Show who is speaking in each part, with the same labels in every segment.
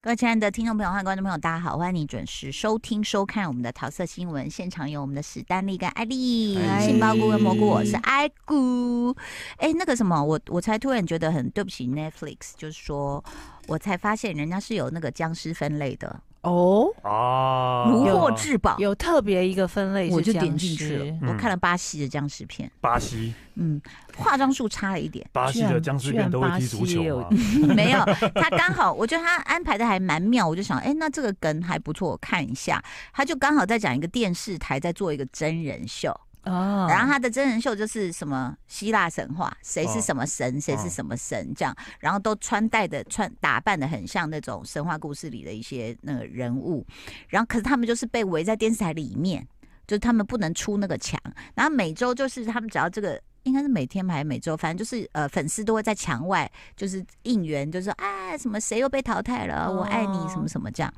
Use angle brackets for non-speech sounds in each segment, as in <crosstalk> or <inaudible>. Speaker 1: 各位亲爱的听众朋友和观众朋友，大家好，欢迎你准时收听收看我们的桃色新闻，现场有我们的史丹利跟艾丽、
Speaker 2: 嗨
Speaker 1: 杏鲍菇跟蘑菇，我是艾菇。哎，那个什么，我我才突然觉得很对不起 Netflix，就是说我才发现人家是有那个僵尸分类的，
Speaker 2: 哦，
Speaker 3: 哦，
Speaker 1: 如获至宝。
Speaker 2: 有特别一个分类，
Speaker 1: 我就点进去了，我
Speaker 3: 嗯
Speaker 1: 看了巴西的僵尸片，
Speaker 3: 巴西，
Speaker 1: 嗯，化妆术差了一点，
Speaker 3: 巴西的僵尸片都会踢足
Speaker 2: 居
Speaker 3: 球
Speaker 2: 然
Speaker 3: 啊
Speaker 1: <laughs>
Speaker 2: 巴，
Speaker 1: 没有，他刚好，我觉得他安排的还蛮妙，我就想，哎、那这个梗还不错，我看一下。他就刚好在讲一个电视台在做一个真人秀，
Speaker 2: 啊
Speaker 1: 然后他的真人秀就是什么希腊神话，谁是什么神，谁是什么神这样，然后都穿戴的穿打扮的很像那种神话故事里的一些那个人物，然后可是他们就是被围在电视台里面，就是他们不能出那个墙，然后每周就是他们只要这个。应该是每天吧还是每周，反正就是呃，粉丝都会在墙外就是应援，就是说啊什么谁又被淘汰了，我爱你
Speaker 2: 哦
Speaker 1: 什么什么这样。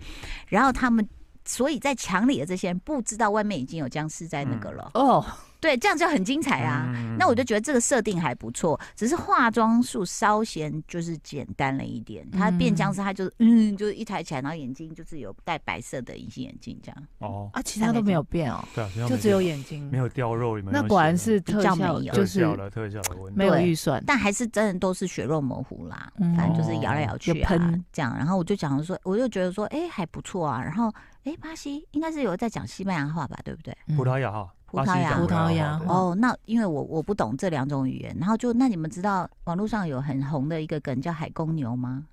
Speaker 1: 然后他们所以在墙里的这些人不知道外面已经有僵尸在那个了，
Speaker 2: 哦，
Speaker 1: 对，这样就很精彩啊。
Speaker 3: 嗯
Speaker 1: 那我就觉得这个设定还不错，只是化妆术稍嫌就是简单了一点。他变僵尸，他就嗯，就是一抬起来，然后眼睛就是有戴白色的隐形眼镜这样，
Speaker 3: 哦，
Speaker 2: 啊，其他都没有变哦，
Speaker 3: 对啊，
Speaker 2: 就只有
Speaker 3: 没
Speaker 2: 眼睛
Speaker 3: 有没，有掉肉，你们
Speaker 2: 那果然是特
Speaker 1: 比较
Speaker 2: 效
Speaker 1: 没，有
Speaker 2: 就是
Speaker 3: 特效的特效的问题
Speaker 2: 没有预算，
Speaker 1: 但还是真的都是血肉模糊啦，
Speaker 2: 嗯
Speaker 1: 反正就是摇来摇去
Speaker 2: 有
Speaker 1: 啊
Speaker 2: 喷
Speaker 1: 这样。然后我就讲说，我就觉得说，哎、还不错啊。然后哎、巴西应该是有在讲西班牙话吧，对不对？
Speaker 2: 嗯
Speaker 3: 葡萄牙哈，
Speaker 1: 葡萄牙
Speaker 3: 巴西讲话
Speaker 2: 葡萄牙
Speaker 3: 对
Speaker 1: 哦，那因为我我不懂这两种语言，然后就那你们知道网络上有很红的一个梗叫海公牛吗？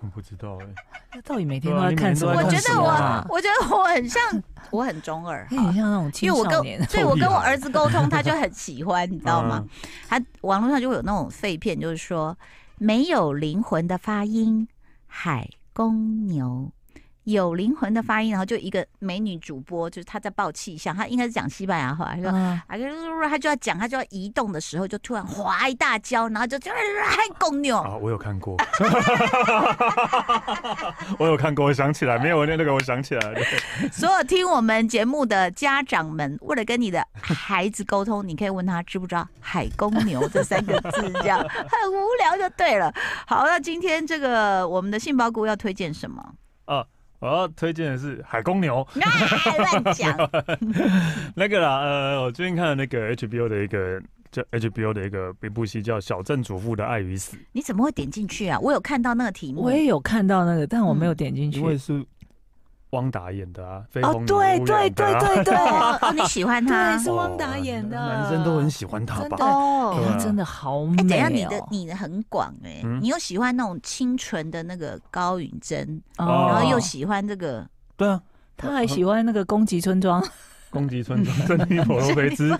Speaker 3: 我不知道哎，
Speaker 2: 那到底每天都在看什么
Speaker 3: 对啊
Speaker 1: 我
Speaker 2: 东
Speaker 1: 觉
Speaker 2: 西
Speaker 1: 得
Speaker 2: 啊？
Speaker 1: 我，我觉得我很像， <laughs> 我很中二，
Speaker 2: 有点像那种青
Speaker 1: 因为我跟
Speaker 2: 少年，
Speaker 1: 所以我跟我儿子沟通，他就很喜欢，你知道
Speaker 2: 嗯
Speaker 1: 吗？他网络上就会有那种废片，就是说没有灵魂的发音，海公牛。有灵魂的发音，然后就一个美女主播，就是她在报气象，她应该是讲西班牙话，她说
Speaker 2: <laughs> 嗯
Speaker 1: 啊，就是她就要讲，她就要移动的时候，就突然滑一大跤，然后就就 <laughs> 海公牛，
Speaker 3: 啊，我有看过，我有看过，我想起来，没有那那个，我想起来了，
Speaker 1: 所有听我们节目的家长们，为了跟你的孩子沟通，你可以问他知不知道“海公牛”这三个字，这样很无聊就对了。好，那今天这个我们的杏鲍菇要推荐什
Speaker 2: <laughs>
Speaker 1: 么？
Speaker 3: 我要推荐的是海公牛，
Speaker 1: 啊乱讲，
Speaker 3: 那个啦，呃，我最近看了那个 HBO 的一个叫 HBO 的一个一部戏叫《小镇主妇的爱与死
Speaker 1: 你怎么会点进去啊？我有看到那个题目哎
Speaker 2: 我，也有看到那个，但我没有点进》，
Speaker 3: 嗯
Speaker 2: 去
Speaker 3: 因。为是汪达演的啊，飞
Speaker 2: 哦
Speaker 3: 鸿，女巫
Speaker 2: 对
Speaker 3: 演的啊啊
Speaker 2: 对对
Speaker 3: <laughs>
Speaker 2: <laughs> 对对，
Speaker 1: 哦，哦你喜欢他
Speaker 2: 对是汪达演的
Speaker 3: 哦男生都很喜欢他
Speaker 2: 真的
Speaker 3: 吧？
Speaker 2: 哎
Speaker 1: 哦。
Speaker 2: 她真的好
Speaker 1: 哎、
Speaker 2: 美哦。
Speaker 1: 等一下，你的你的很广哎、
Speaker 3: 嗯
Speaker 1: 你又喜欢那种清纯的那个高允贞，
Speaker 2: 哦
Speaker 1: 然后又喜欢这个
Speaker 3: 对啊，哦
Speaker 2: 他还喜欢那个宫崎村庄，
Speaker 3: 攻击村庄，珍妮佛罗培兹，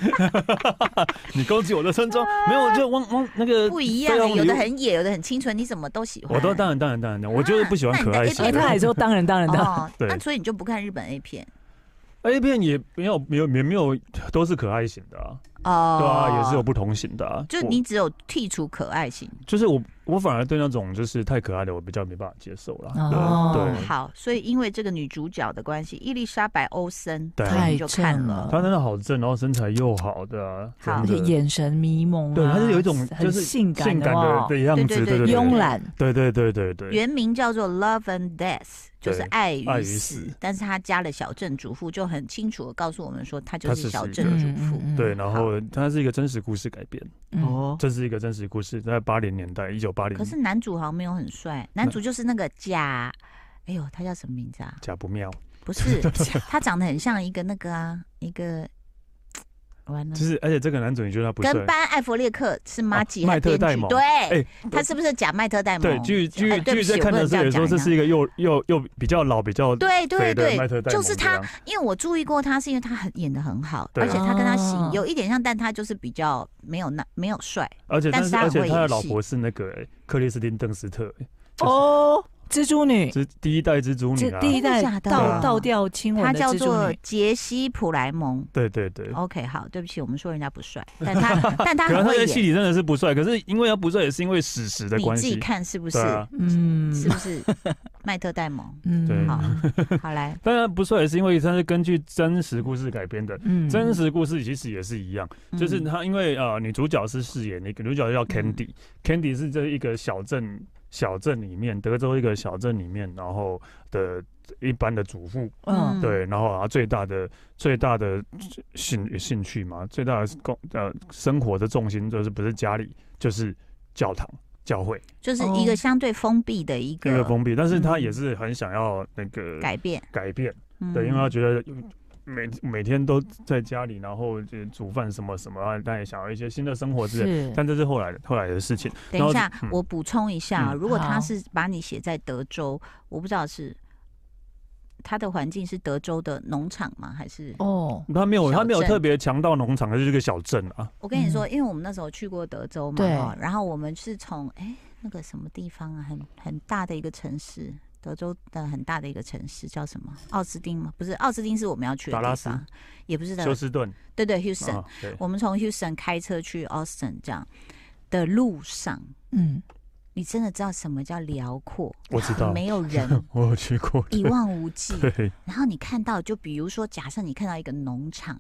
Speaker 3: 你攻击我的村庄，
Speaker 2: 啊
Speaker 3: 没有就汪汪那个
Speaker 1: 不一样、
Speaker 3: 对啊
Speaker 1: 欸，
Speaker 3: 我
Speaker 1: 有的很野，有的很清纯，你怎么都喜欢？
Speaker 3: 我都当然当然当然
Speaker 2: 啊
Speaker 3: 当然，我就是不喜欢可爱
Speaker 1: 那
Speaker 3: 型
Speaker 2: <laughs> 哎，
Speaker 1: 你的对 A
Speaker 2: 他
Speaker 3: 的
Speaker 1: 片。
Speaker 2: 还说当然当然当然，
Speaker 1: 哦，
Speaker 3: 对
Speaker 1: 那所以你就不看日本 A 片
Speaker 3: A 片哎也没有没有没有没有都是可爱型的啊，
Speaker 1: 哦？
Speaker 3: 对啊，也是有。不同型的啊。
Speaker 1: 就
Speaker 3: 我
Speaker 1: 你只有剔除可爱型
Speaker 3: 就是我我反而对那种就是太可爱的我比较没办法接受啦。
Speaker 2: 哦
Speaker 3: 对对
Speaker 1: 好，所以因为这个女主角的关系，伊丽莎白·欧森，
Speaker 3: 对
Speaker 1: 所以你
Speaker 2: 太
Speaker 1: 就看
Speaker 2: 正
Speaker 1: 了。
Speaker 2: 了，
Speaker 3: 他真的好正，然后身材又好的啊，
Speaker 1: 啊好
Speaker 2: 而且
Speaker 3: 真的
Speaker 2: 眼神迷蒙啊，
Speaker 3: 对，他是有一种就
Speaker 2: 很
Speaker 3: 是
Speaker 2: 性感
Speaker 3: 性感
Speaker 2: 哇
Speaker 3: 的的样
Speaker 1: 对对哦对
Speaker 3: 子，对对对，
Speaker 2: 慵懒，
Speaker 3: 对对对对对，
Speaker 1: 原名叫做《Love and Death》，就是
Speaker 3: 对
Speaker 1: 爱与
Speaker 3: 爱与
Speaker 1: 死
Speaker 3: 死，
Speaker 1: 但是她加了小镇主妇，就很清楚的告诉我们说，她就
Speaker 3: 她
Speaker 1: 是
Speaker 3: 是
Speaker 1: 小
Speaker 3: 是一
Speaker 2: 嗯
Speaker 1: 镇
Speaker 3: 个
Speaker 1: 主妇。
Speaker 3: 对，然后它是一个真实故事改编，
Speaker 2: 哦，
Speaker 1: 哦，
Speaker 3: 这是一个真实故事，在八零年代，一九八零
Speaker 1: 可，是男主好像没有很
Speaker 3: 嗯
Speaker 1: 帅，男主就是那个贾，哎呦，他叫什么名字啊？
Speaker 3: 假不妙，
Speaker 1: 不
Speaker 3: <laughs>
Speaker 1: 是，他长得很像一个那个啊，一个完了
Speaker 3: 就，是而且这个男主你觉得他不帅
Speaker 1: 嗯跟，班艾弗列克是马吉还
Speaker 3: 麦特
Speaker 1: 编
Speaker 3: 戴
Speaker 1: 剧，
Speaker 3: 蒙
Speaker 1: 对
Speaker 3: 哎，
Speaker 1: 他是不是假麦特戴蒙？
Speaker 3: 对，据
Speaker 1: 哎
Speaker 3: 据
Speaker 1: 对不
Speaker 3: 据
Speaker 1: 起
Speaker 3: 在看的时候也说
Speaker 1: 我不
Speaker 3: 这
Speaker 1: 能
Speaker 3: 是一个又又又比较老比较
Speaker 1: 啊对对
Speaker 3: 肥的
Speaker 1: 对
Speaker 3: 麦特，戴
Speaker 1: 就
Speaker 3: 蒙
Speaker 1: 是
Speaker 3: 这
Speaker 1: 他
Speaker 3: 样，，
Speaker 1: 因为我注意过他，是因为他很演的很好，
Speaker 3: 对
Speaker 1: 而且他跟他
Speaker 2: 哦
Speaker 1: 型有一点像，但他就是比较没有那没有帅，
Speaker 3: 而且
Speaker 1: 但
Speaker 3: 但
Speaker 1: 是
Speaker 3: 是
Speaker 1: 他
Speaker 3: 而
Speaker 1: 很
Speaker 3: 且
Speaker 1: 会
Speaker 3: 他的
Speaker 1: 演
Speaker 3: 老
Speaker 1: 戏
Speaker 3: 婆是那个哎克里斯汀邓斯特，哎
Speaker 2: 哦，蜘蛛女，
Speaker 3: 这第一代蜘蛛女
Speaker 2: 这
Speaker 3: 啊，
Speaker 2: 第一代
Speaker 1: 真的假的
Speaker 2: 倒倒吊亲
Speaker 1: 他
Speaker 2: 吻的
Speaker 1: 叫
Speaker 2: 蜘蛛
Speaker 1: 做
Speaker 2: 女，
Speaker 1: 杰西普莱蒙。
Speaker 3: 对对对。
Speaker 1: OK，好，对不起，我们说人家不
Speaker 3: <laughs>
Speaker 1: 帅，但他但他
Speaker 3: 可能
Speaker 1: 很
Speaker 3: 他
Speaker 1: 会
Speaker 3: 在戏
Speaker 1: 演，
Speaker 3: 里真的是不帅，可是因为他不帅也是因为史实的
Speaker 1: 你
Speaker 3: 关
Speaker 1: 自己
Speaker 3: 系，
Speaker 1: 看是不是
Speaker 3: 对啊，
Speaker 2: 嗯
Speaker 1: 是不是
Speaker 2: <laughs>
Speaker 1: 麦特戴蒙？
Speaker 2: 嗯
Speaker 3: 对 <laughs>
Speaker 1: 好，好来，
Speaker 3: 当然不帅也是因为它是根据真实故事改编的。
Speaker 2: 嗯
Speaker 3: 真实故事其实也是一样，就是
Speaker 1: 嗯
Speaker 3: 他因为呃女主角是饰演那个女主角叫 Candy，Candy、是这一个小镇小镇里面，德州一个小镇里面，然后的一般的主妇，
Speaker 2: 嗯
Speaker 1: 嗯
Speaker 3: 对，然后啊最大的最大的兴兴趣嘛，最大的共呃生活的重心就是不是家里就是教堂教会，
Speaker 1: 就是
Speaker 2: 哦
Speaker 1: 一个相对封闭的一
Speaker 3: 因为
Speaker 1: 个
Speaker 3: 封闭，但是他
Speaker 1: 嗯
Speaker 3: 也是很想要那个
Speaker 1: 改变，
Speaker 3: 啊改变，
Speaker 1: 嗯
Speaker 3: 对，因为他觉得每每天都在家里，然后就煮饭什么什么啊，他也想要一些新的生活之类的。
Speaker 2: 是
Speaker 3: 但这是后来后来的事情。
Speaker 1: 等一下
Speaker 3: 嗯，
Speaker 1: 我补充一下啊，
Speaker 3: 嗯
Speaker 1: 如果他
Speaker 2: 好
Speaker 1: 是把你写在德州，我不知道是他的环境是德州的农场吗？还是
Speaker 2: 哦，
Speaker 3: 他没有，
Speaker 1: 小
Speaker 3: 他没有
Speaker 1: 镇
Speaker 3: 特别强调农场，它就是个小镇啊。
Speaker 1: 我跟你说，因为我们那时候去过德州嘛，
Speaker 2: 嗯对
Speaker 1: 哦然后我们是从哎那个什么地方啊，很很大的一个城市。德州的很大的一个城市叫什么？奥斯汀吗？不是，奥斯汀是我们要去的
Speaker 3: 达
Speaker 1: 地
Speaker 3: 拉斯
Speaker 1: 方，也不是的
Speaker 3: 休，斯顿
Speaker 1: 对对，Houston。
Speaker 3: 啊，对，
Speaker 1: 我们从 Houston 开车去 Austin 这样的路上，
Speaker 2: 嗯，
Speaker 1: 你真的知道什么叫辽阔？
Speaker 3: 我知道，，
Speaker 1: 没有人
Speaker 3: <laughs> <laughs> 我有去过。
Speaker 1: 一望无际。
Speaker 3: <laughs> 对，
Speaker 1: 然后你看到，就比如说，假设你看到一个农场，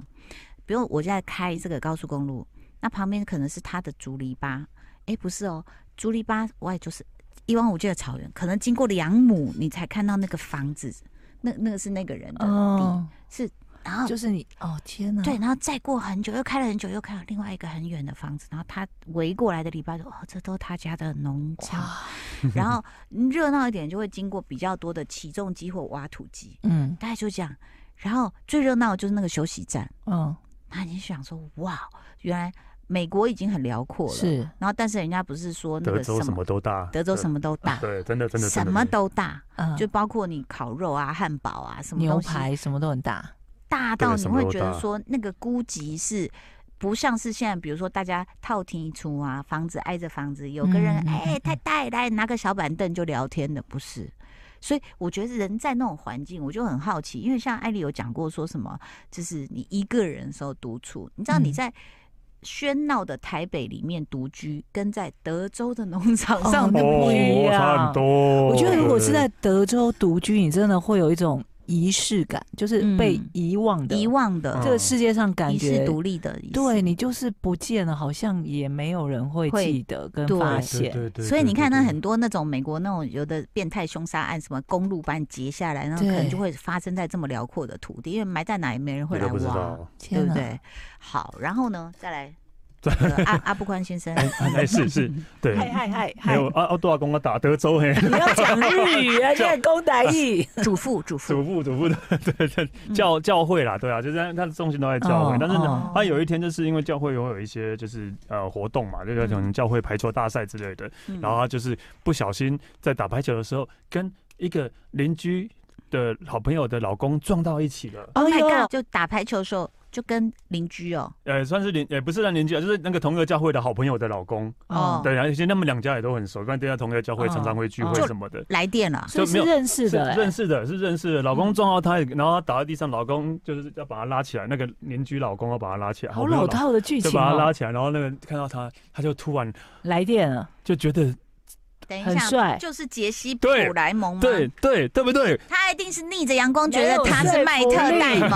Speaker 1: 比如我在开这个高速公路，那旁边可能是它的竹篱笆，诶，不是哦，竹篱笆外就是一望无际的草原，可能经过两亩你才看到那个房子，那那个是那个人的地，
Speaker 2: 哦，
Speaker 1: 是然后
Speaker 2: 就是你，哦，天哪，
Speaker 1: 对，，然后再过很久，又开了很久，又开了另外一个很远的房子，然后他围过来的篱笆说：“哦，这都是他家的农场。
Speaker 2: 哇，” <laughs>
Speaker 1: 然后热闹一点就会经过比较多的起重机或挖土机，
Speaker 2: 嗯
Speaker 1: 大概就这样。然后最热闹的就是那个休息站，
Speaker 2: 嗯，
Speaker 1: 那你就想说：“哇，原来美国已经很辽阔了。”。
Speaker 2: 是，
Speaker 1: 然后，但是人家不是说那
Speaker 3: 德
Speaker 1: 个
Speaker 3: 州
Speaker 1: 什
Speaker 3: 什
Speaker 1: 么
Speaker 3: 么都大，
Speaker 1: 德州什
Speaker 3: 么
Speaker 1: 么都大，
Speaker 3: 对，真的真的
Speaker 1: 什么
Speaker 3: 都
Speaker 1: 都大，
Speaker 2: 嗯，
Speaker 1: 就包括你烤肉啊、汉堡啊，什么
Speaker 2: 牛
Speaker 1: 东西
Speaker 2: 排什么都很大，
Speaker 1: 大到
Speaker 3: 对
Speaker 1: 你
Speaker 3: 什么
Speaker 1: 会
Speaker 3: 都
Speaker 1: 觉得
Speaker 3: 大
Speaker 1: 说那个估计是。不像是现在，比如说大家套厅出啊，房子挨着房子，有个人
Speaker 2: 嗯嗯嗯
Speaker 1: 哎、太大爷来拿个小板凳就聊天的，不是？所以我觉得人在那种环境，我就很好奇，因为像艾丽有讲过说什么，就是你一个人的时候独处，你知道你
Speaker 2: 嗯
Speaker 1: 在喧闹的台北里面独居，跟在德州的农场上
Speaker 2: 哦
Speaker 1: 独
Speaker 2: 不一
Speaker 3: 哦，
Speaker 2: 样
Speaker 3: 差很多。
Speaker 2: 我觉得如果
Speaker 3: 对
Speaker 2: 是在德州独居，你真的会有一种仪式感，就是被
Speaker 1: 嗯
Speaker 2: 遗忘的，
Speaker 1: 遗忘的
Speaker 2: 这个世界上感
Speaker 1: 遗
Speaker 2: 觉
Speaker 1: 世独立的意思，
Speaker 2: 对你就是不见了，好像也没有人会
Speaker 1: 会
Speaker 2: 记得跟
Speaker 1: 对
Speaker 2: 发
Speaker 3: 对
Speaker 2: 现。
Speaker 3: 对对
Speaker 1: 所以
Speaker 3: 对
Speaker 1: 你看，
Speaker 3: 对
Speaker 1: 那
Speaker 3: 对
Speaker 1: 很多那种美国那种有的变态凶杀案，什么公路把你截下来，然后可
Speaker 2: 对
Speaker 1: 能就会发生在这么辽阔的土地，因为埋在哪也没人会
Speaker 3: 你
Speaker 1: 来
Speaker 3: 都不知
Speaker 1: 挖，
Speaker 3: 道。
Speaker 1: 对
Speaker 2: 天
Speaker 1: 不
Speaker 2: 哪
Speaker 1: 对？？好，然后呢，再
Speaker 3: <laughs>
Speaker 1: 来那个阿阿布宽先生，
Speaker 3: 哎，是是，
Speaker 1: <laughs>
Speaker 3: 对，
Speaker 2: 嗨嗨嗨
Speaker 3: 还
Speaker 2: 嗨！
Speaker 3: 有啊，奥多阿公啊，打德州嘿， <laughs>
Speaker 2: 你要讲日语啊，你
Speaker 3: 叫
Speaker 2: 要
Speaker 3: <laughs>
Speaker 2: 公台语。
Speaker 1: 主妇主
Speaker 3: 祖
Speaker 1: 妇，
Speaker 3: 父祖父的对对教教会啦，对啊，就是他他的重心都在教会
Speaker 2: 嗯哦，
Speaker 3: 但是
Speaker 2: 哦
Speaker 3: 呢，他有一天就是因为教会有有一些就是呃活动嘛，就是可
Speaker 2: 嗯
Speaker 3: 能教会排球大赛之类的，
Speaker 1: 嗯
Speaker 3: 然后他就是不小心在打排球的时候跟一个邻居的好朋友的老公撞到一起了，
Speaker 2: 哎
Speaker 1: ，Oh My
Speaker 2: 呦，
Speaker 1: God，就打排球的时候就跟邻居哦，
Speaker 3: 呃，算是邻也不是算邻居啊，就是那个同一个教会的好朋友的老公，
Speaker 1: 哦
Speaker 3: 嗯对，然后其实他们两家也都很熟，但对家同一个教会常常会聚会
Speaker 2: 哦
Speaker 3: 什么的。
Speaker 1: 来电了，
Speaker 2: 所以
Speaker 3: 没
Speaker 2: 是
Speaker 3: 有
Speaker 2: 认识的嗯欸，
Speaker 3: 认识的，是认识的。老公撞到他，然后他倒在地上，老公就是要把他拉起来，那个邻居老公要把他拉起来，
Speaker 2: 好
Speaker 3: 好朋友
Speaker 2: 老套的剧
Speaker 3: 就
Speaker 2: 情
Speaker 3: 把他拉
Speaker 2: 哦。
Speaker 3: 起来，然后那个看到他，他就突然
Speaker 2: 来电了，
Speaker 3: 就觉得，
Speaker 1: 等一
Speaker 2: 很
Speaker 1: 下。
Speaker 2: 帅。
Speaker 1: 就是杰西·
Speaker 3: 对
Speaker 1: 普莱蒙吗？
Speaker 3: 对对对不
Speaker 2: 嗯
Speaker 3: 对？
Speaker 1: 他一定是逆着阳光，觉
Speaker 2: 没
Speaker 1: 得
Speaker 2: 有
Speaker 1: 他是
Speaker 2: 说
Speaker 1: 麦
Speaker 2: 服
Speaker 1: 特
Speaker 2: 力
Speaker 1: 戴蒙。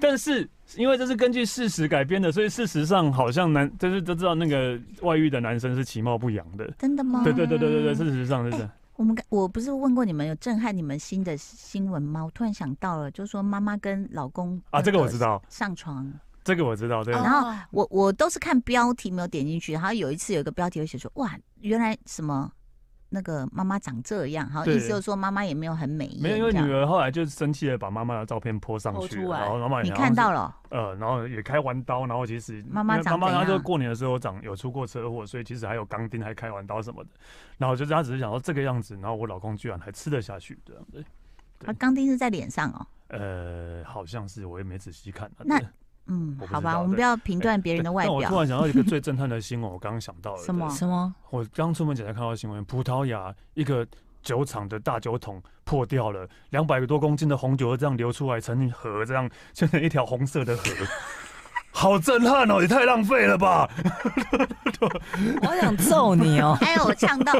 Speaker 3: 但是因为这是根据事实改编的，所以事实上好像男就是都知道那个外遇的男生是其貌不扬的。
Speaker 1: 真的吗？
Speaker 2: 哦
Speaker 3: 对对对对对对，事实上是这
Speaker 2: 嗯
Speaker 3: 样。
Speaker 1: 我们刚我不是问过你们有震撼你们新的新闻吗？我突然想到了，就是说妈妈跟老公
Speaker 3: 啊，这个我知道，
Speaker 1: 上床，
Speaker 3: 这个我知道，对。
Speaker 2: 哦
Speaker 1: 然后我我都是看标题没有点进去，然后有一次有一个标题会写说哇，原来什么那个妈妈长这样，好
Speaker 3: 对
Speaker 1: 意思就是说妈妈也没有很美艳，
Speaker 3: 没有，因为
Speaker 1: 这样
Speaker 3: 女儿后来就生气的把妈妈的照片泼上去，
Speaker 2: 哦剖出来
Speaker 3: 然后妈妈也
Speaker 1: 你
Speaker 3: 然后
Speaker 1: 看
Speaker 3: 是
Speaker 1: 到了哦，
Speaker 3: 呃，然后也开完刀，然后其实
Speaker 1: 妈妈
Speaker 3: 因为
Speaker 1: 长
Speaker 3: 妈妈
Speaker 1: 怎
Speaker 3: 她就
Speaker 1: 样
Speaker 3: 过年的时候长有出过车祸，所以其实还有钢钉，还开完刀什么的。然后就是她只是想到这个样子，然后我老公居然还吃得下去，这样子。对
Speaker 1: 啊钢钉是在脸上哦，
Speaker 3: 呃，好像是我也没仔细看、啊。
Speaker 1: 那
Speaker 3: 对
Speaker 1: 嗯
Speaker 3: 我不，知
Speaker 1: 好吧，
Speaker 3: 道
Speaker 1: 我们
Speaker 3: 对
Speaker 1: 不要评断别人的
Speaker 3: 对
Speaker 1: 外
Speaker 3: 但我突
Speaker 1: 表，
Speaker 3: 然想到一个最震撼的新闻，我刚刚想
Speaker 1: <laughs>
Speaker 3: 到了
Speaker 1: 什么！
Speaker 3: 对 <laughs>
Speaker 2: 什么？
Speaker 3: 我刚出门前才看到新闻，葡萄牙一个酒厂的大酒桶破掉了， <laughs> 两百多公斤的红酒就这样流出来成河，这样变成一条红色的河。好震撼哦，也太浪费了吧，
Speaker 2: 我想揍你哦
Speaker 1: 哎呦，我呛到，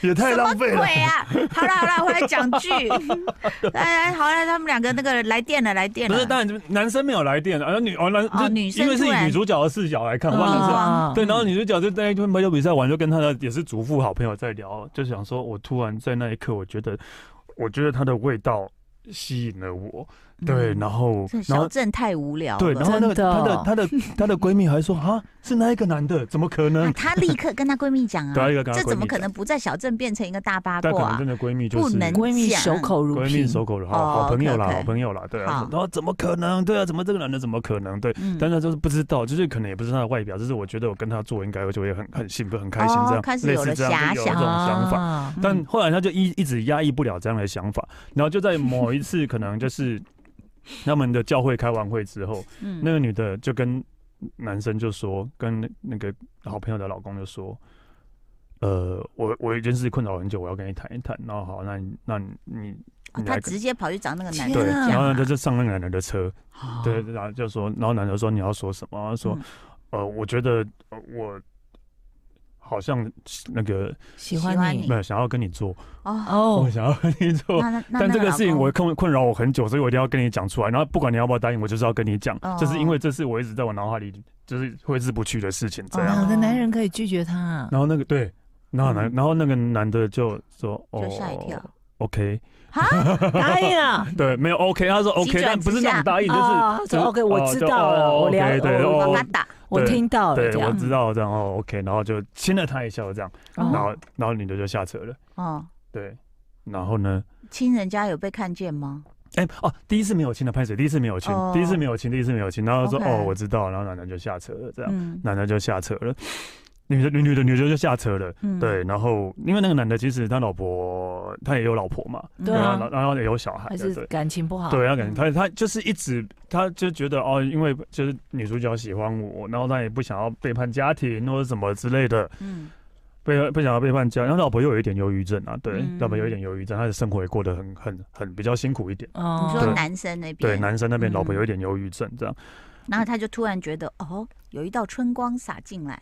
Speaker 3: 也太
Speaker 1: 什么
Speaker 3: 浪费了
Speaker 1: 鬼。啊！好啦好啦，回来讲剧。 <laughs> 来来，好啦，他们两个那个来电了，来电
Speaker 3: 不
Speaker 1: 了。
Speaker 3: 是，当然男生没有来电，啊，女哦男
Speaker 1: 哦
Speaker 3: 就
Speaker 1: 女生
Speaker 3: 因为是
Speaker 1: 突
Speaker 3: 以
Speaker 1: 然
Speaker 3: 女主角的视角来看， <laughs> 我忘了是
Speaker 1: 啊
Speaker 3: 对，然后女主角就在那排球比赛完，就跟她的也是祖父好朋友在聊，就想说，我突然在那一刻，我觉得，我觉得她的味道吸引了我，对，
Speaker 1: 嗯
Speaker 3: 然后
Speaker 1: 这，
Speaker 3: 然
Speaker 1: 小啊
Speaker 3: 后。
Speaker 1: 镇太无聊了。
Speaker 3: 对，然后那个
Speaker 2: 真的
Speaker 3: 她的她的她的闺蜜还说啊，是那一个男的，怎么可能
Speaker 1: 啊？她立刻跟她闺蜜讲
Speaker 3: 对啊
Speaker 1: 啊
Speaker 3: 立刻，跟她
Speaker 1: 这怎么
Speaker 3: 闺蜜
Speaker 1: 可能不在小镇变成一个大八
Speaker 3: 但可
Speaker 1: 卦
Speaker 3: 能
Speaker 1: 啊
Speaker 3: 真？的闺蜜就是
Speaker 1: 不能
Speaker 2: 闺蜜
Speaker 1: 讲
Speaker 2: 守口如
Speaker 3: 闺
Speaker 2: 瓶
Speaker 3: 蜜，守口如
Speaker 1: 哦
Speaker 3: 好好朋友啦，
Speaker 1: ，OK，OK
Speaker 3: 好朋友啦，对
Speaker 1: 好
Speaker 3: 啊。然后怎么可能？对啊，怎么这个男的怎么可能？对，
Speaker 1: 嗯
Speaker 3: 但是就是不知道，就是可能也不是他的外表，就是我觉得我跟他做应该就会很很幸福、很开心
Speaker 1: 哦
Speaker 3: 这样，
Speaker 1: 开始
Speaker 3: 类
Speaker 1: 有
Speaker 3: 似
Speaker 1: 了
Speaker 3: 这样就有
Speaker 1: 遐哦嗯
Speaker 3: 这种想法。
Speaker 2: 啊
Speaker 3: 但后来他就一一直压抑不了这样的想法，然后就在某一次可能就是他们的教会开完会之后，
Speaker 1: 嗯
Speaker 3: 那个女的就跟男生就说，跟那个好朋友的老公就说。呃，我我有一件事困扰我很久，我要跟你谈一谈。然后好，那你那你你
Speaker 1: 哦
Speaker 3: 你
Speaker 1: 她
Speaker 3: 来跟
Speaker 1: 直接跑去找那个男
Speaker 2: 天
Speaker 3: 对，
Speaker 1: 的
Speaker 2: 啊
Speaker 1: 讲
Speaker 3: 然后
Speaker 1: 啊，
Speaker 3: 他就上那个男的的车，
Speaker 1: 哦
Speaker 3: 对，，然后就说，然后男的说你要说什么？然后
Speaker 1: 嗯
Speaker 3: 说，呃，我觉得呃我好像那个
Speaker 2: 喜
Speaker 1: 喜欢
Speaker 2: 欢
Speaker 1: 你
Speaker 2: 你
Speaker 3: 没有想要跟你做，
Speaker 1: 哦，
Speaker 2: 哦
Speaker 3: 我，想要跟你做。
Speaker 1: 那那那
Speaker 3: 但
Speaker 1: 那
Speaker 3: 这个
Speaker 1: 老
Speaker 3: 事情
Speaker 1: 公
Speaker 3: 我困困扰我很久，所以我一定要跟你讲出来。然后不管你要不要答应，我就是要跟你讲，
Speaker 1: 哦
Speaker 3: 就是因为这是我一直在我脑海里就是挥之不去的事情，这样。
Speaker 1: 哦
Speaker 2: 哪个男人可以拒绝
Speaker 3: <laughs>
Speaker 2: 他啊？
Speaker 3: 然后那个对，然后男、
Speaker 1: 嗯
Speaker 3: 然后那个男的就说哦
Speaker 1: 就吓一跳
Speaker 3: OK，
Speaker 1: 哈，
Speaker 2: 答应
Speaker 3: <laughs>
Speaker 2: 啊！
Speaker 3: 对，没有 OK，他说
Speaker 1: 急
Speaker 3: OK，
Speaker 1: 转
Speaker 3: 但不是
Speaker 1: 直
Speaker 3: 那
Speaker 1: 下
Speaker 3: 种答应，就是、
Speaker 2: 哦
Speaker 3: 就
Speaker 2: 就 OK，我
Speaker 3: 哦
Speaker 2: 知
Speaker 3: 就
Speaker 2: 道了
Speaker 3: 哦
Speaker 2: 我了
Speaker 3: OK，对，
Speaker 2: 我
Speaker 1: 我
Speaker 3: 哦
Speaker 1: 妈打，
Speaker 2: 我
Speaker 3: 对
Speaker 2: 听到了，
Speaker 3: 对，
Speaker 2: 这
Speaker 3: 我
Speaker 2: 样
Speaker 3: 知道这样哦，OK，然后就亲了他一下，这样，
Speaker 1: 哦
Speaker 3: 然后然后女的就下车了，
Speaker 1: 哦，
Speaker 3: 对，然后呢，
Speaker 1: 亲人家有被看见吗？
Speaker 3: 哎哦，第一次没有亲的拍水，第一次没有亲
Speaker 1: 哦，
Speaker 3: 第一次没有亲，第一次没有亲，然后说
Speaker 1: OK
Speaker 3: 哦我知道，然后奶奶就下车了，这样，
Speaker 1: 嗯
Speaker 3: 奶奶就下车了，女的女女的女的就下车了，
Speaker 1: 嗯，
Speaker 3: 对，然后因为那个男的其实他老婆他也有老婆嘛，
Speaker 1: 嗯，
Speaker 2: 对
Speaker 3: 然
Speaker 2: 啊
Speaker 3: 后然后也有小孩
Speaker 2: 还
Speaker 3: 的，对
Speaker 2: 是。感情
Speaker 1: 啊
Speaker 2: 不好？
Speaker 3: 对，他感觉他他就是一直，他就觉得哦，因为就是女主角喜欢我，然后他也不想要背叛家庭或者什么之类的，
Speaker 1: 嗯，
Speaker 3: 被不想要背叛家，然后老婆又有一点忧郁症啊，对，
Speaker 1: 嗯
Speaker 3: 老婆有一点忧郁症，她的生活也过得很很很比较辛苦一点。
Speaker 2: 哦
Speaker 1: 你说男生那
Speaker 3: 对，
Speaker 1: 边，
Speaker 3: 男生那边
Speaker 1: 嗯
Speaker 3: 老婆有一点忧郁症，这样。
Speaker 1: 然后他就突然觉得，哦，有一道春光洒进来，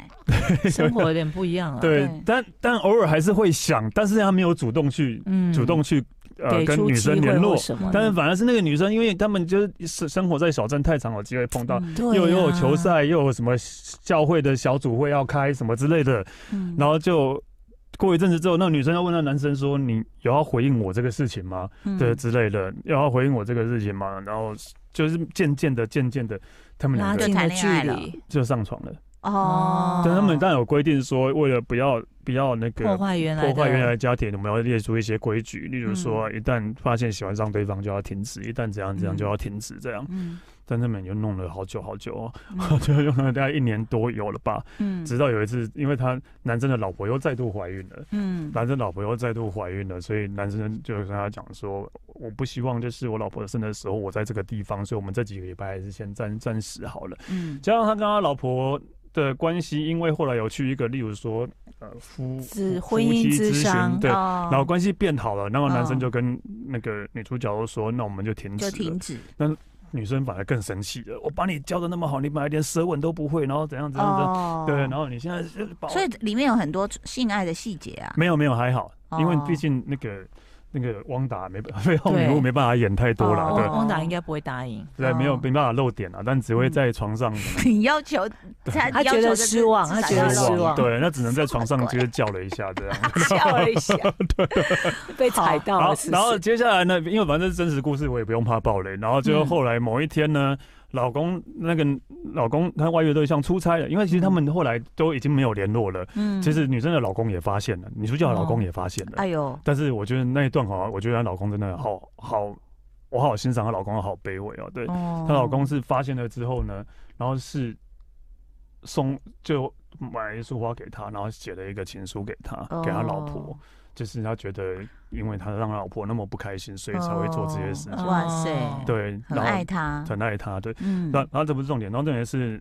Speaker 2: 生活有点不一样了。
Speaker 3: 对
Speaker 1: 对，
Speaker 3: 但但偶尔还是会想，但是他没有主动去、
Speaker 2: <laughs>
Speaker 3: <laughs>
Speaker 2: 嗯
Speaker 3: 主动去呃
Speaker 2: 给
Speaker 3: 跟
Speaker 2: 出
Speaker 3: 女
Speaker 2: 机
Speaker 3: 生
Speaker 2: 会
Speaker 3: 联络
Speaker 2: 或，什么的？
Speaker 3: 但是反而是那个女生，因为他们就是生生活在小镇太长，有机会碰到。
Speaker 1: 嗯
Speaker 2: 对啊
Speaker 3: 又又有
Speaker 2: 呀
Speaker 3: 球，赛，又有什么教会的小组会要开什么之类的，
Speaker 1: 嗯
Speaker 3: 然后就过一阵子之后，那个女生要问那男生说：“你有要回应我这个事情吗？”对，之类的，要他回应我这个事情嘛，然后就是渐渐的、渐渐的，他们
Speaker 2: 拉
Speaker 3: 两个
Speaker 2: 近
Speaker 1: 就
Speaker 2: 了
Speaker 1: 谈
Speaker 2: 距
Speaker 1: 恋爱了
Speaker 2: 离，
Speaker 3: 就上床了。
Speaker 1: 哦，
Speaker 3: 但他们当然有规定说，为了不要不要那个
Speaker 2: 破坏原来
Speaker 3: 破坏原来
Speaker 2: 的
Speaker 3: 的家庭，我们要列出一些规矩，例如说，一旦发现喜欢上对方就要停止，一旦怎样怎样
Speaker 1: 嗯
Speaker 3: 就要停止这样。
Speaker 1: 嗯，
Speaker 3: 但他们就弄了好久好久哦，
Speaker 1: 嗯
Speaker 3: <laughs> 就用了大概一年多有了吧。
Speaker 1: 嗯
Speaker 3: 直到有一次，因为他男生的老婆又再度怀孕了。
Speaker 1: 嗯
Speaker 3: 男生老婆又再度怀孕了，所以男生就跟他讲说，我不希望就是我老婆生的时候我在这个地方，所以我们这几个礼拜还是先暂暂时好了。
Speaker 1: 嗯
Speaker 3: 加上他跟他老婆的关系，因为后来有去一个，例如说呃夫
Speaker 2: 自
Speaker 3: 嗯夫
Speaker 2: 婚姻
Speaker 3: 妻啊
Speaker 2: 咨
Speaker 3: 咨询
Speaker 2: 商
Speaker 3: 对。
Speaker 1: 哦
Speaker 3: 然后关系变好了，然后男生
Speaker 1: 哦
Speaker 3: 就跟那个女主角就说：“那我们就停止
Speaker 1: 就
Speaker 3: 了。
Speaker 1: 停止，
Speaker 3: 女生反而更生气了：“我把你教的那么好，你本来连舌吻都不会，然后怎样怎样怎样？
Speaker 1: 哦
Speaker 3: 对，然后你现在就把我
Speaker 1: 所以里面有很多性爱的细节啊，
Speaker 3: 没有没有还好，因为
Speaker 1: 哦
Speaker 3: 毕竟那个那个汪达没办 <laughs> 绯红
Speaker 2: 对
Speaker 3: 女巫没办法演太多
Speaker 1: 哦
Speaker 3: 了，
Speaker 2: 汪
Speaker 3: 对
Speaker 2: 汪达应该不会
Speaker 1: <laughs>
Speaker 2: 答应，
Speaker 3: 对，没有
Speaker 1: 哦
Speaker 3: 没办法露点啊，但只会在床上
Speaker 1: <laughs> 你要
Speaker 3: <laughs>
Speaker 1: 求他
Speaker 2: 他
Speaker 1: 要
Speaker 2: 觉得
Speaker 1: 求就是
Speaker 2: 失望
Speaker 1: 至少
Speaker 2: 他觉
Speaker 1: 要露
Speaker 2: 得失
Speaker 1: 脸
Speaker 2: 望
Speaker 3: 对，那只能在床上就是叫了一下这样。
Speaker 2: 笑了一
Speaker 3: <laughs>
Speaker 2: 下，被踩到
Speaker 3: 然
Speaker 2: 了
Speaker 3: 后
Speaker 2: 是不
Speaker 3: 然
Speaker 2: 是，
Speaker 3: 后接下来呢，因为反正是真实故事，我也不用怕暴雷。然后就
Speaker 1: 嗯
Speaker 3: 后来某一天呢，老公那个老公他外遇对象出差了，因为其实他们后来都已经没有联络了。
Speaker 1: 嗯
Speaker 3: 其实女生的老公也发现了，女主角的老公也发现了。
Speaker 1: 哎呦，
Speaker 3: 但是我觉得那一段好像，我觉得她老公真的好好，我好欣赏她老公好卑微哦。对，
Speaker 1: 哦
Speaker 3: 她老公是发现了之后呢，然后是送就买了一束花给她，然后写了一个情书给她，给她老婆
Speaker 1: 哦，
Speaker 3: 就是他觉得因为他让她老婆那么不开心，所以才会做这些事情。
Speaker 2: 哦
Speaker 1: 哇塞，
Speaker 2: 哦，
Speaker 3: 对，
Speaker 1: 很
Speaker 3: 然
Speaker 1: 爱
Speaker 3: 后
Speaker 1: 他，
Speaker 3: 很爱她，对，
Speaker 1: 嗯
Speaker 3: 然然后这不是重点，然后重点是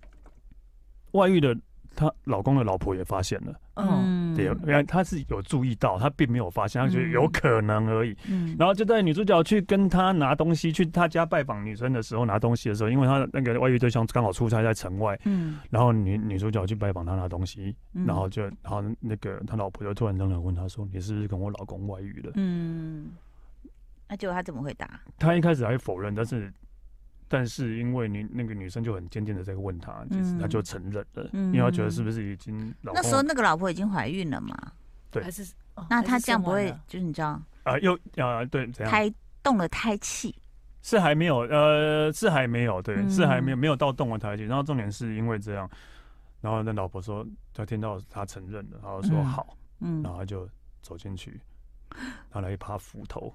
Speaker 3: 外遇的她老公的老婆也发现了，
Speaker 2: 嗯，
Speaker 3: 对，原来她是有注意到，她并没有发现，她觉得
Speaker 1: 嗯
Speaker 3: 有可能而已。
Speaker 1: 嗯
Speaker 3: 然后就在女主角去跟她拿东西，去她家拜访女生的时候拿东西的时候，因为她那个外遇对象刚好出差在城外，
Speaker 1: 嗯，
Speaker 3: 然后女女主角去拜访她拿东西，
Speaker 1: 嗯
Speaker 3: 然后就然后那个她老婆就突然扔了问她说：“你是不是跟我老公外遇了？”
Speaker 1: 嗯，那结果他怎么回答？
Speaker 3: 她一开始还否认，但是但是因为女那个女生就很坚定的在问她，其实她就承认了，
Speaker 1: 嗯
Speaker 3: 因为她觉得是不是已经老公
Speaker 1: 那时候那个老婆已经怀孕了嘛？
Speaker 3: 对
Speaker 2: 还是哦
Speaker 1: 那
Speaker 2: 还是
Speaker 1: 他这样
Speaker 2: 生
Speaker 1: 不
Speaker 2: 完
Speaker 1: 会
Speaker 2: 了
Speaker 1: 就是你知道
Speaker 3: 啊、又啊、对怎样
Speaker 1: 胎动了胎气？
Speaker 3: 是还没有呃是还没有对、
Speaker 2: 嗯
Speaker 3: 是还没有没有到动了台阶，然后重点是因为这样，然后那老婆说她听到她承认了，然后说
Speaker 2: 嗯
Speaker 3: 好，
Speaker 1: 嗯
Speaker 3: 然后她就走进去。拿了一把斧头，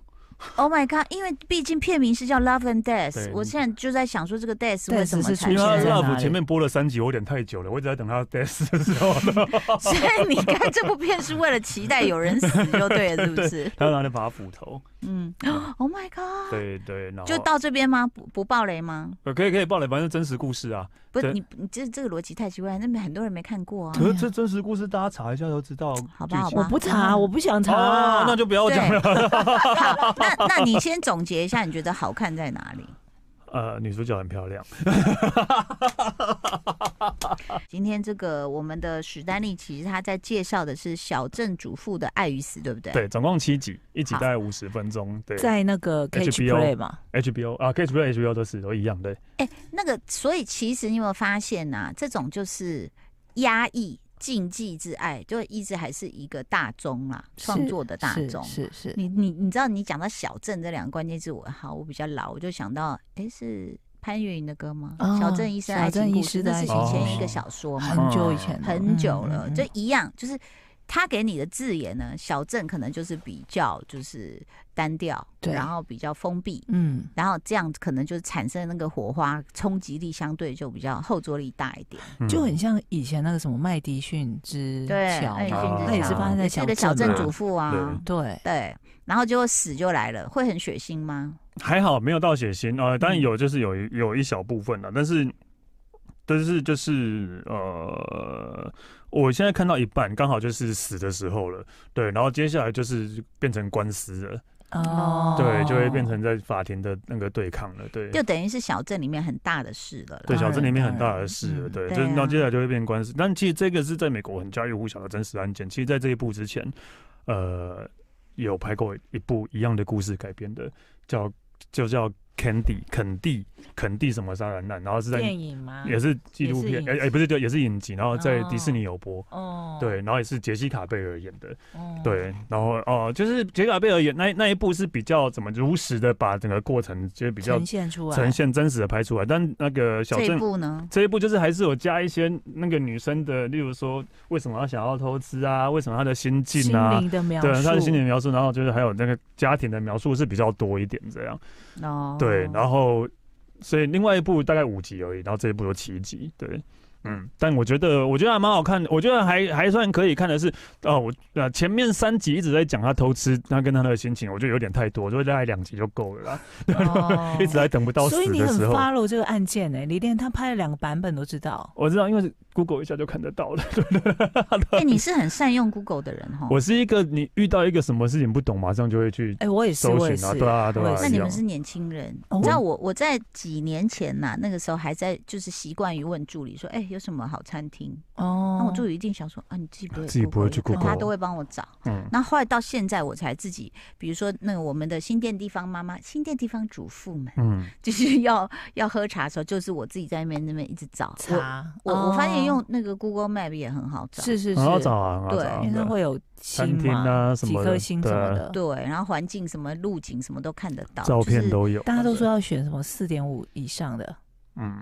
Speaker 1: ，Oh my god！因为毕竟片名是叫 Love and
Speaker 3: 对
Speaker 1: Death，我现在就在想说这个 Death
Speaker 2: Death
Speaker 1: 为什么
Speaker 2: 是
Speaker 1: 产
Speaker 3: 因为
Speaker 1: 生
Speaker 3: 他
Speaker 2: 在哪
Speaker 3: love
Speaker 2: 里
Speaker 3: 前面播了三集，我有点太久了，我一直在等
Speaker 2: <laughs>
Speaker 3: 他 death 的时候，
Speaker 1: <laughs> 所以你看这部片是为了期待有人死就对了，是
Speaker 3: <laughs>
Speaker 1: 不是？
Speaker 3: 他拿了一把斧头，
Speaker 1: 嗯，Oh my god！
Speaker 3: 对对，然后
Speaker 1: 就到这边吗？不不爆雷吗？
Speaker 3: 呃，可以可以爆雷，反正真实故事啊。
Speaker 1: 不是
Speaker 3: 对
Speaker 1: 你你这这个逻辑太奇怪，那边很多人没看过啊
Speaker 3: 可。是这真实故事大家查一下就知道剧情。
Speaker 1: 好吧好吧
Speaker 2: 哦我不查，
Speaker 1: 嗯
Speaker 2: 我不想查，
Speaker 3: 哦，那就不要讲
Speaker 1: <laughs>
Speaker 3: 了。
Speaker 1: 好，那那你先总结一下，你觉得好看在哪里？
Speaker 3: <laughs> 呃，女主角很漂亮，
Speaker 1: 今天这个我们的史丹利，其实他在介绍的是小镇主妇的爱与死，对不对？
Speaker 3: 对，总共七集，一集
Speaker 1: 好
Speaker 3: 大概五十分钟。对
Speaker 2: 在那个 Catch
Speaker 3: HBO
Speaker 2: Play 嘛，
Speaker 3: ，HBO 啊，Catch Play HBO 都是都一样，对，
Speaker 1: 那个，所以其实你有没有发现呐、这种就是压抑禁忌之爱，就一直还是一个大宗啦，创作的大
Speaker 2: 是
Speaker 1: 宗。
Speaker 2: 是是，
Speaker 1: 你你你知道，你讲到小镇这两个关键字，我好，我比较老，我就想到，哎，是潘越云的歌吗？
Speaker 2: 哦
Speaker 1: 小镇医生
Speaker 2: 小
Speaker 1: 爱情
Speaker 2: 镇
Speaker 1: 故
Speaker 2: 医
Speaker 1: 事，
Speaker 2: 师
Speaker 1: 那
Speaker 2: 的
Speaker 1: 是以
Speaker 3: 爱情
Speaker 1: 前
Speaker 3: 故
Speaker 1: 一个
Speaker 3: 事
Speaker 1: 小说嘛，
Speaker 2: 很久以前的
Speaker 1: 很久了，
Speaker 2: 嗯嗯嗯
Speaker 1: 就一样，就是他给你的字眼呢，小镇可能就是比较就是单调，
Speaker 2: 对
Speaker 1: 然后比较封闭。
Speaker 2: 嗯
Speaker 1: 然后这样可能就是产生那个火花，冲击力相对就比较后坐力大一点。
Speaker 3: 嗯
Speaker 2: 就很像以前那个什么麦迪逊之
Speaker 1: 对，
Speaker 2: 桥
Speaker 1: 哎
Speaker 2: 嘛，
Speaker 3: 哦
Speaker 2: 那也是发生在
Speaker 1: 这个
Speaker 2: 小
Speaker 1: 小镇
Speaker 2: 镇
Speaker 1: 主
Speaker 2: 嘛
Speaker 1: 妇啊，
Speaker 2: 对，
Speaker 1: 对，然后结果死就来了，会很血腥吗？
Speaker 3: 还好，没有到血腥啊。呃当然
Speaker 1: 嗯
Speaker 3: 有，就是有一有一小部分了，但是但是就是呃，我现在看到一半，刚好就是死的时候了，对，然后接下来就是变成官司了。
Speaker 2: 哦，
Speaker 3: 对，就会变成在法庭的那个对抗了，对。
Speaker 1: 就等于是小镇里面很大的事了啦。
Speaker 3: 对，
Speaker 2: 当
Speaker 3: 小镇里面
Speaker 2: 然
Speaker 3: 很
Speaker 2: 当
Speaker 3: 大的
Speaker 2: 然
Speaker 3: 事了，
Speaker 2: 嗯
Speaker 3: 对，
Speaker 1: 对
Speaker 3: 就是那
Speaker 1: 啊
Speaker 3: 接下来就会变官司。但其实这个是在美国很家喻户晓的真实案件。其实，在这一部之前，呃，有拍过一部一样的故事改编的，叫就叫 Candy 肯蒂肯蒂什么杀人案，然后是在
Speaker 2: 电影吗？
Speaker 3: 也是纪
Speaker 2: 也
Speaker 3: 录
Speaker 2: 是
Speaker 3: 片，
Speaker 2: 影
Speaker 3: 哎、哎，不是，对，也是影集，然后在迪士
Speaker 2: 哦
Speaker 3: 尼有播，
Speaker 2: 哦，
Speaker 3: 对，然后也是杰西卡贝尔演的，
Speaker 2: 哦
Speaker 3: 对，然后哦、就是杰卡贝尔演那那一部是比较怎么如实的把整个过程就是比较
Speaker 2: 呈现出来，
Speaker 3: 呈现真实的拍出来，但那个小
Speaker 1: 这一
Speaker 3: 镇
Speaker 1: 部呢，
Speaker 3: 这一部就是还是有加一些那个女生的，例如说为什么要想要偷吃啊，为什么她的心境
Speaker 2: 心
Speaker 3: 啊，
Speaker 2: 灵的描述，
Speaker 3: 对，她的心理描述，然后就是还有那个家庭的描述是比较多一点这样，
Speaker 1: 哦，
Speaker 3: 对，然后所以另外一部大概五集而已，然后这一部有七集，对。嗯，但我觉得，我觉得还蛮好看的，我觉得还还算可以看的是，哦，我呃前面三集一直在讲她偷吃，她跟她的心情，我觉得有点太多，我觉得大概两集就够了啦，<laughs>
Speaker 2: 哦
Speaker 3: 一直还等不到死
Speaker 2: 所以你
Speaker 3: 的
Speaker 2: 很
Speaker 3: 时候。
Speaker 2: follow 这个案件呢、你连他拍了两个版本都知道。
Speaker 3: 我知道，因为 Google 一下就看得到了。
Speaker 1: 哎，你是很善用 Google 的人哈。
Speaker 3: 我是一个你遇到一个什么事情不懂，马上就会去
Speaker 2: 哎、我也是，
Speaker 3: 搜
Speaker 2: 我也
Speaker 3: 寻
Speaker 2: 是，
Speaker 3: 啊，对啊，对
Speaker 2: 我
Speaker 3: 啊
Speaker 2: 也。是
Speaker 1: 那
Speaker 3: 一
Speaker 1: 你
Speaker 3: 样
Speaker 1: 们是年轻人，
Speaker 2: 哦
Speaker 1: 你知道我我在几年前呐、那个时候还在就是习惯于问助理说，哎、有什么好餐厅？
Speaker 2: 哦
Speaker 1: 那我助理一定想说啊，你自己不会，
Speaker 3: 自己不会去
Speaker 1: 可
Speaker 3: Google
Speaker 1: 他都会帮我找。
Speaker 3: 嗯，
Speaker 1: 那后来到现在，我才自己，比如说那个我们的新店地方妈妈、新店地方主妇们，
Speaker 3: 嗯，
Speaker 1: 就是要要喝茶的时候，就是我自己在那边那边一直找。我
Speaker 2: 查，
Speaker 1: 我我发现
Speaker 2: 哦
Speaker 1: 用那个 Google Map 也很好找。
Speaker 2: 是是是，
Speaker 3: 很好找啊，很好找啊。
Speaker 1: 对
Speaker 2: 因为它
Speaker 3: 对
Speaker 2: 会有星
Speaker 3: 餐厅
Speaker 2: 嘛，
Speaker 3: 啊什
Speaker 2: 几
Speaker 3: 么的
Speaker 2: 颗星什
Speaker 3: 对
Speaker 2: 么
Speaker 3: 啊
Speaker 2: 的，啊
Speaker 1: 对，然后环境什么、路景什么都看得到，
Speaker 3: 照片
Speaker 1: 就是、
Speaker 3: 都有。
Speaker 2: 大家都说要选什么四点五以上的，
Speaker 3: 嗯，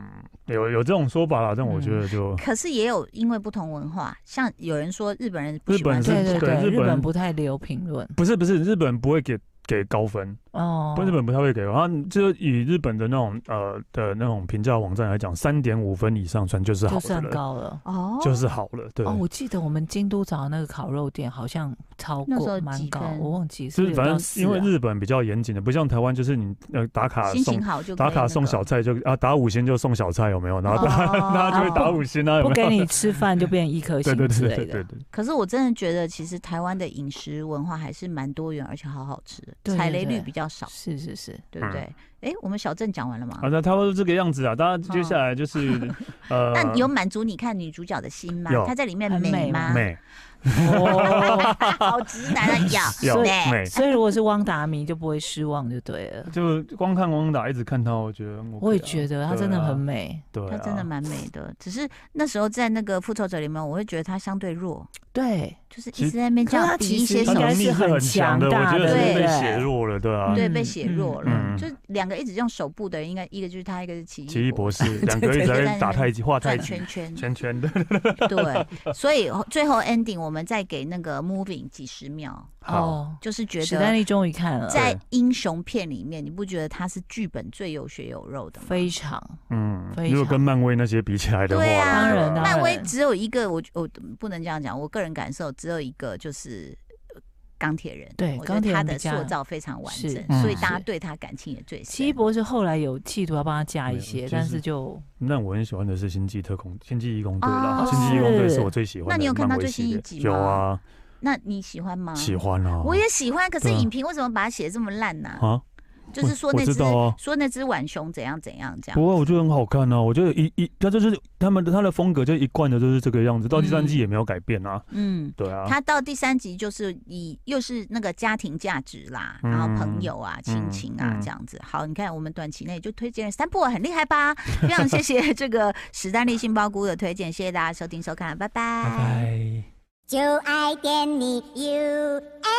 Speaker 3: 有有这种说法啦，但我觉得 <laughs>
Speaker 2: 嗯
Speaker 3: 就
Speaker 1: 可是也有因为不同文化，像有人说日本人不
Speaker 3: 日
Speaker 1: 喜
Speaker 3: 本
Speaker 1: 欢
Speaker 3: 是
Speaker 1: 吃
Speaker 2: 对对
Speaker 1: 饺
Speaker 3: 对
Speaker 2: 对，
Speaker 3: 日
Speaker 2: 日
Speaker 3: 本
Speaker 2: 不太留评论，
Speaker 3: 不是不是日本不会给给高分，
Speaker 2: 哦，
Speaker 3: 不，日本不太会给。然后就以日本的那种呃的那种评价网站来讲，三点五分以上算就是好
Speaker 2: 就
Speaker 3: 的
Speaker 2: 算
Speaker 3: 了，
Speaker 2: 高了。
Speaker 1: 哦，
Speaker 3: 就是好了。对，
Speaker 2: 哦，我记得我们京都找的那个烤肉店好像超
Speaker 1: 那时候
Speaker 2: 过蛮
Speaker 1: 几
Speaker 2: 高，
Speaker 1: 分
Speaker 2: 我忘记
Speaker 3: 就是是
Speaker 2: 有
Speaker 3: 反
Speaker 2: 到
Speaker 3: 正
Speaker 2: 四
Speaker 3: 因为
Speaker 2: 啊
Speaker 3: 日本比较严谨的，不像台湾，就是你呃打卡
Speaker 1: 心
Speaker 3: 送
Speaker 1: 情好就可以
Speaker 3: 打卡送
Speaker 1: 那个
Speaker 3: 小菜就啊打五星就送小菜有没有？然后大家、
Speaker 1: 哦
Speaker 3: <laughs> 大家就会打五星啊有
Speaker 2: 不
Speaker 3: 没
Speaker 2: 给
Speaker 3: 有？
Speaker 2: 你吃饭就变一颗
Speaker 3: 对
Speaker 2: 星
Speaker 3: 对
Speaker 2: 之
Speaker 3: 对
Speaker 2: 类
Speaker 3: 对
Speaker 2: 的啊
Speaker 3: 对。对，
Speaker 1: 可是我真的觉得，其实台湾的饮食文化还是蛮多元，而且好好吃的，
Speaker 2: 对对
Speaker 1: 踩雷率
Speaker 2: 对
Speaker 1: 比较少，
Speaker 2: 是是 <laughs> 是，
Speaker 1: 对不对？哎、我们小郑讲完了吗？
Speaker 3: 嗯好那差不多这个样子啊。大家接下来
Speaker 2: 哦
Speaker 3: 就是、
Speaker 2: <laughs>
Speaker 3: 呃，
Speaker 1: 那有满足你看女主角的心吗
Speaker 3: 有？
Speaker 1: 她在里面
Speaker 2: 很美
Speaker 1: 吗？
Speaker 3: 美
Speaker 2: 哦，
Speaker 1: <laughs> 好直男的要
Speaker 3: <laughs> 要
Speaker 1: 对
Speaker 3: 美，
Speaker 2: 所以如果是汪达迷就不会失望就对了。
Speaker 3: 就光看汪达一直看他，我觉得
Speaker 2: 我也觉得她真的很，美，
Speaker 3: 对啊，
Speaker 1: 她真的
Speaker 3: 蛮
Speaker 1: 蛮美的，只是那时候在那个复仇者里面，我会觉得她相对弱，
Speaker 2: 对，啊
Speaker 1: 就是
Speaker 3: 其
Speaker 1: 一
Speaker 3: 实
Speaker 1: 直在那边这
Speaker 2: 可
Speaker 1: 样
Speaker 2: 她
Speaker 1: 比
Speaker 2: 其
Speaker 1: 一些什
Speaker 2: 实
Speaker 3: 他
Speaker 2: 应
Speaker 1: 么
Speaker 2: 该
Speaker 3: 能
Speaker 2: 是
Speaker 3: 力是
Speaker 2: 很
Speaker 3: 很强的，我
Speaker 2: 强大
Speaker 3: 觉得
Speaker 1: 的
Speaker 3: 是
Speaker 1: 对
Speaker 3: 被
Speaker 2: 对
Speaker 3: 削弱了，对啊。
Speaker 1: 对，
Speaker 2: 嗯
Speaker 1: 被写弱了。
Speaker 3: 嗯
Speaker 1: 就两个一直用手部的，应该一个就是他，一个是奇异
Speaker 3: 奇异博
Speaker 1: 博
Speaker 2: <laughs>
Speaker 3: 士两个一直在打太极、画太
Speaker 1: 转
Speaker 3: 极
Speaker 1: 圈、圈，
Speaker 3: 圈圈的，
Speaker 1: 对。所以最后 ending 我们再给那个 moving 几十秒，
Speaker 3: 好，
Speaker 2: 哦，
Speaker 1: 就是觉
Speaker 2: 史丹
Speaker 1: 得
Speaker 2: 利终于看了，
Speaker 1: 在英雄片里面，你不觉得他是剧本最有血有肉的吗？
Speaker 2: 非常
Speaker 3: 嗯，
Speaker 2: 非常
Speaker 3: 如果跟漫威那些比起来的话，
Speaker 1: 对啊
Speaker 3: 对
Speaker 2: 当然当然
Speaker 1: 漫威只有一个，我我不能这样讲，我个人感受只有一个，就是呃钢铁人。
Speaker 2: 对
Speaker 1: 我觉
Speaker 2: 钢
Speaker 1: 得
Speaker 2: 铁人
Speaker 1: 他的
Speaker 2: 比较
Speaker 1: 塑造非常完
Speaker 2: 是
Speaker 1: 整，
Speaker 3: 嗯
Speaker 1: 所以大家
Speaker 2: 是
Speaker 1: 对他感情也最深。
Speaker 2: 奇异博士后来有企图要帮他加一
Speaker 3: 没
Speaker 2: 些
Speaker 3: 有，
Speaker 2: 但
Speaker 3: 就是
Speaker 2: 是就
Speaker 3: 那我很喜欢的是《星际特工》《星际义工队》啦，
Speaker 1: 哦
Speaker 3: 《星际义工队》
Speaker 2: 是
Speaker 3: 是我最喜欢的。
Speaker 1: 那你有看到最新一集吗
Speaker 3: 有啊，
Speaker 1: 那你喜欢吗？
Speaker 3: 喜欢啊。
Speaker 1: 我也喜欢，可是
Speaker 3: 对啊
Speaker 1: 影评为什么把它写得这么烂呢、
Speaker 3: 啊，
Speaker 1: 就是说
Speaker 3: 我
Speaker 1: 那
Speaker 3: 知
Speaker 1: 只、
Speaker 3: 道啊
Speaker 1: 说那只浣熊怎样怎样这
Speaker 3: 不
Speaker 1: 样。
Speaker 3: 过我觉得很好看啊。我觉得一一，他就是他们的他的风格就一贯的就是这个样子，到第三季也没有改变啊。
Speaker 1: 嗯，
Speaker 3: 对啊，
Speaker 1: 他到第三集就是以又是那个家庭价值啦，
Speaker 3: 嗯
Speaker 1: 然后朋友啊、亲情啊
Speaker 3: 嗯
Speaker 1: 这样子。好，你看我们短期内就推荐了三部，很厉害吧？非常谢谢这个史丹利杏鲍菇的推荐，谢谢大家收听收看，拜
Speaker 3: 拜拜。
Speaker 4: 就爱点你 UFO。